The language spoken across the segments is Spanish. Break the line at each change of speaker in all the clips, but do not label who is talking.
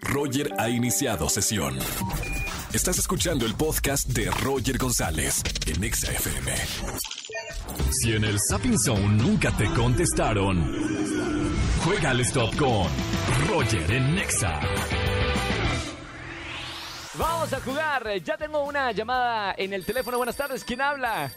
Roger ha iniciado sesión. Estás escuchando el podcast de Roger González en Exa FM. Si en el Sapping Zone nunca te contestaron, juega al stop con Roger en Exa.
Vamos a jugar. Ya tengo una llamada en el teléfono. Buenas tardes. ¿Quién habla?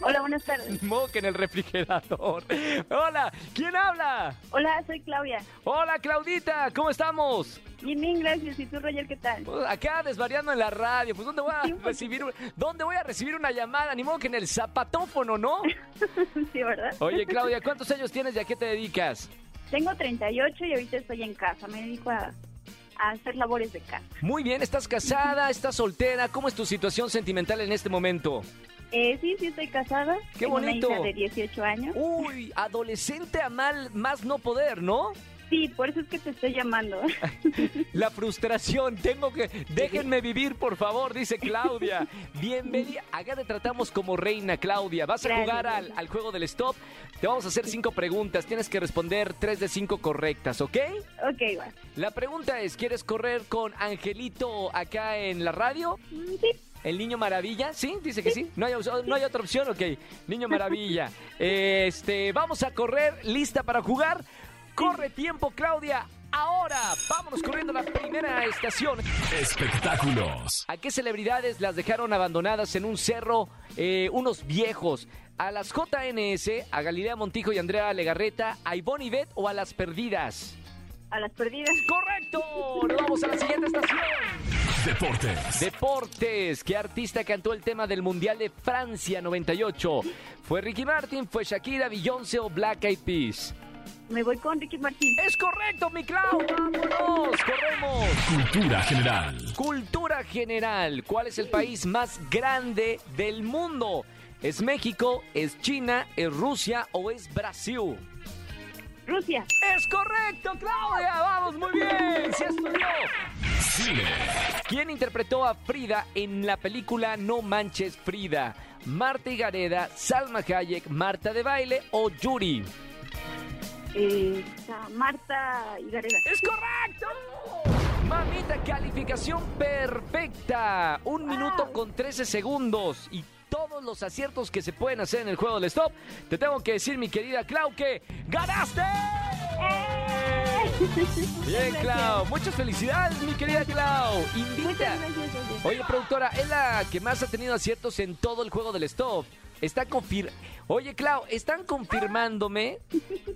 Hola, buenas tardes.
Moque en el refrigerador. Hola. ¿Quién habla?
Hola, soy Claudia.
Hola, Claudita. ¿Cómo estamos?
Bien, bien, gracias. ¿Y tú, Roger, qué tal?
Pues acá desvariando en la radio. Pues ¿dónde voy a recibir, un- ¿dónde voy a recibir una llamada? Ni modo que en el zapatófono, ¿no?
sí, ¿verdad?
Oye, Claudia, ¿cuántos años tienes y a qué te dedicas?
Tengo 38 y ahorita estoy en casa. Me dedico a, a hacer labores de casa.
Muy bien, ¿estás casada? ¿Estás soltera? ¿Cómo es tu situación sentimental en este momento?
Eh, sí, sí, estoy casada.
¡Qué
Tengo
bonito!
Una hija de 18 años.
Uy, adolescente a mal más no poder, ¿no?
Sí, por eso es que te estoy llamando.
La frustración, tengo que... Déjenme vivir, por favor, dice Claudia. Bienvenida. Acá te tratamos como reina, Claudia. Vas a
Gracias,
jugar al,
gracias.
al juego del stop. Te vamos a hacer cinco preguntas. Tienes que responder tres de cinco correctas, ¿ok?
ok, va.
La pregunta es, ¿quieres correr con Angelito acá en la radio?
Mm, Sí,
¿El Niño Maravilla? ¿Sí? Dice que sí. ¿No hay, os- no hay otra opción? Ok. Niño Maravilla. Este, vamos a correr. ¿Lista para jugar? Corre tiempo, Claudia. Ahora, vámonos corriendo a la primera estación.
Espectáculos,
¿A qué celebridades las dejaron abandonadas en un cerro eh, unos viejos? ¿A las JNS, a Galilea Montijo y Andrea Legarreta, a Ivonne Ivet o a las perdidas?
a las perdidas.
¡Correcto! Nos vamos a la siguiente estación.
deportes,
Deportes. ¿Qué artista cantó el tema del Mundial de Francia 98? ¿Fue Ricky Martin, fue Shakira, Beyoncé o Black Eyed Peas?
Me voy con Ricky Martín.
¡Es correcto, mi Clau! ¡Vámonos! ¡Corremos!
cultura general,
Cultura general. ¿Cuál es el país más grande del mundo? ¿Es México, es China, es Rusia o es Brasil?
Rusia.
¡Es correcto, Claudia! ¡Vamos, muy bien! ¡Se estudió!
cine,
¿Quién interpretó a Frida en la película No Manches Frida? Marta Gareda, Salma Hayek, Marta de Baile o Yuri.
Eh, está Marta Higareda.
¡Es correcto! Mamita, calificación perfecta. Un minuto con 13 segundos y todos los aciertos que se pueden hacer en el juego del stop. Te tengo que decir, mi querida Clau, que ganaste. ¡Eh! Bien,
Gracias.
Clau. Muchas felicidades, mi querida Clau. Invita.
Muchas gracias, Roger.
Oye, productora, es la que más ha tenido aciertos en todo el juego del stop. Está confir... Oye, Clau, están confirmándome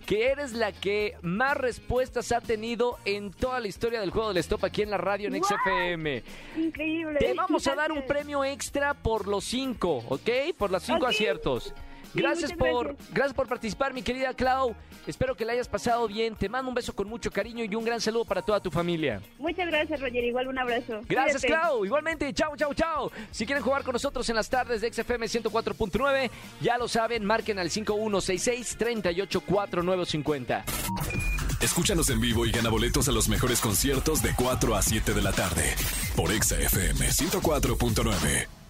que eres la que más respuestas ha tenido en toda la historia del juego del stop aquí en la radio en
Wow.
XFM.
Increíble.
Oh. Te vamos a dar un
Gracias.
premio extra por los cinco, ¿ok? Por los cinco
Ok.
aciertos.
Sí,
Gracias
muchas
por,
gracias.
gracias por participar, mi querida Clau. Espero que la hayas pasado bien. Te mando un beso con mucho cariño y un gran saludo para toda tu familia.
Muchas gracias, Roger. Igual un abrazo.
Gracias,
Cuídate.
Clau. Igualmente, chao, chao, chao. Si quieren jugar con nosotros en las tardes de XFM 104.9, ya lo saben, marquen al 5166-384950.
Escúchanos en vivo y gana boletos a los mejores conciertos de 4 a 7 de la tarde por Exa FM 104.9.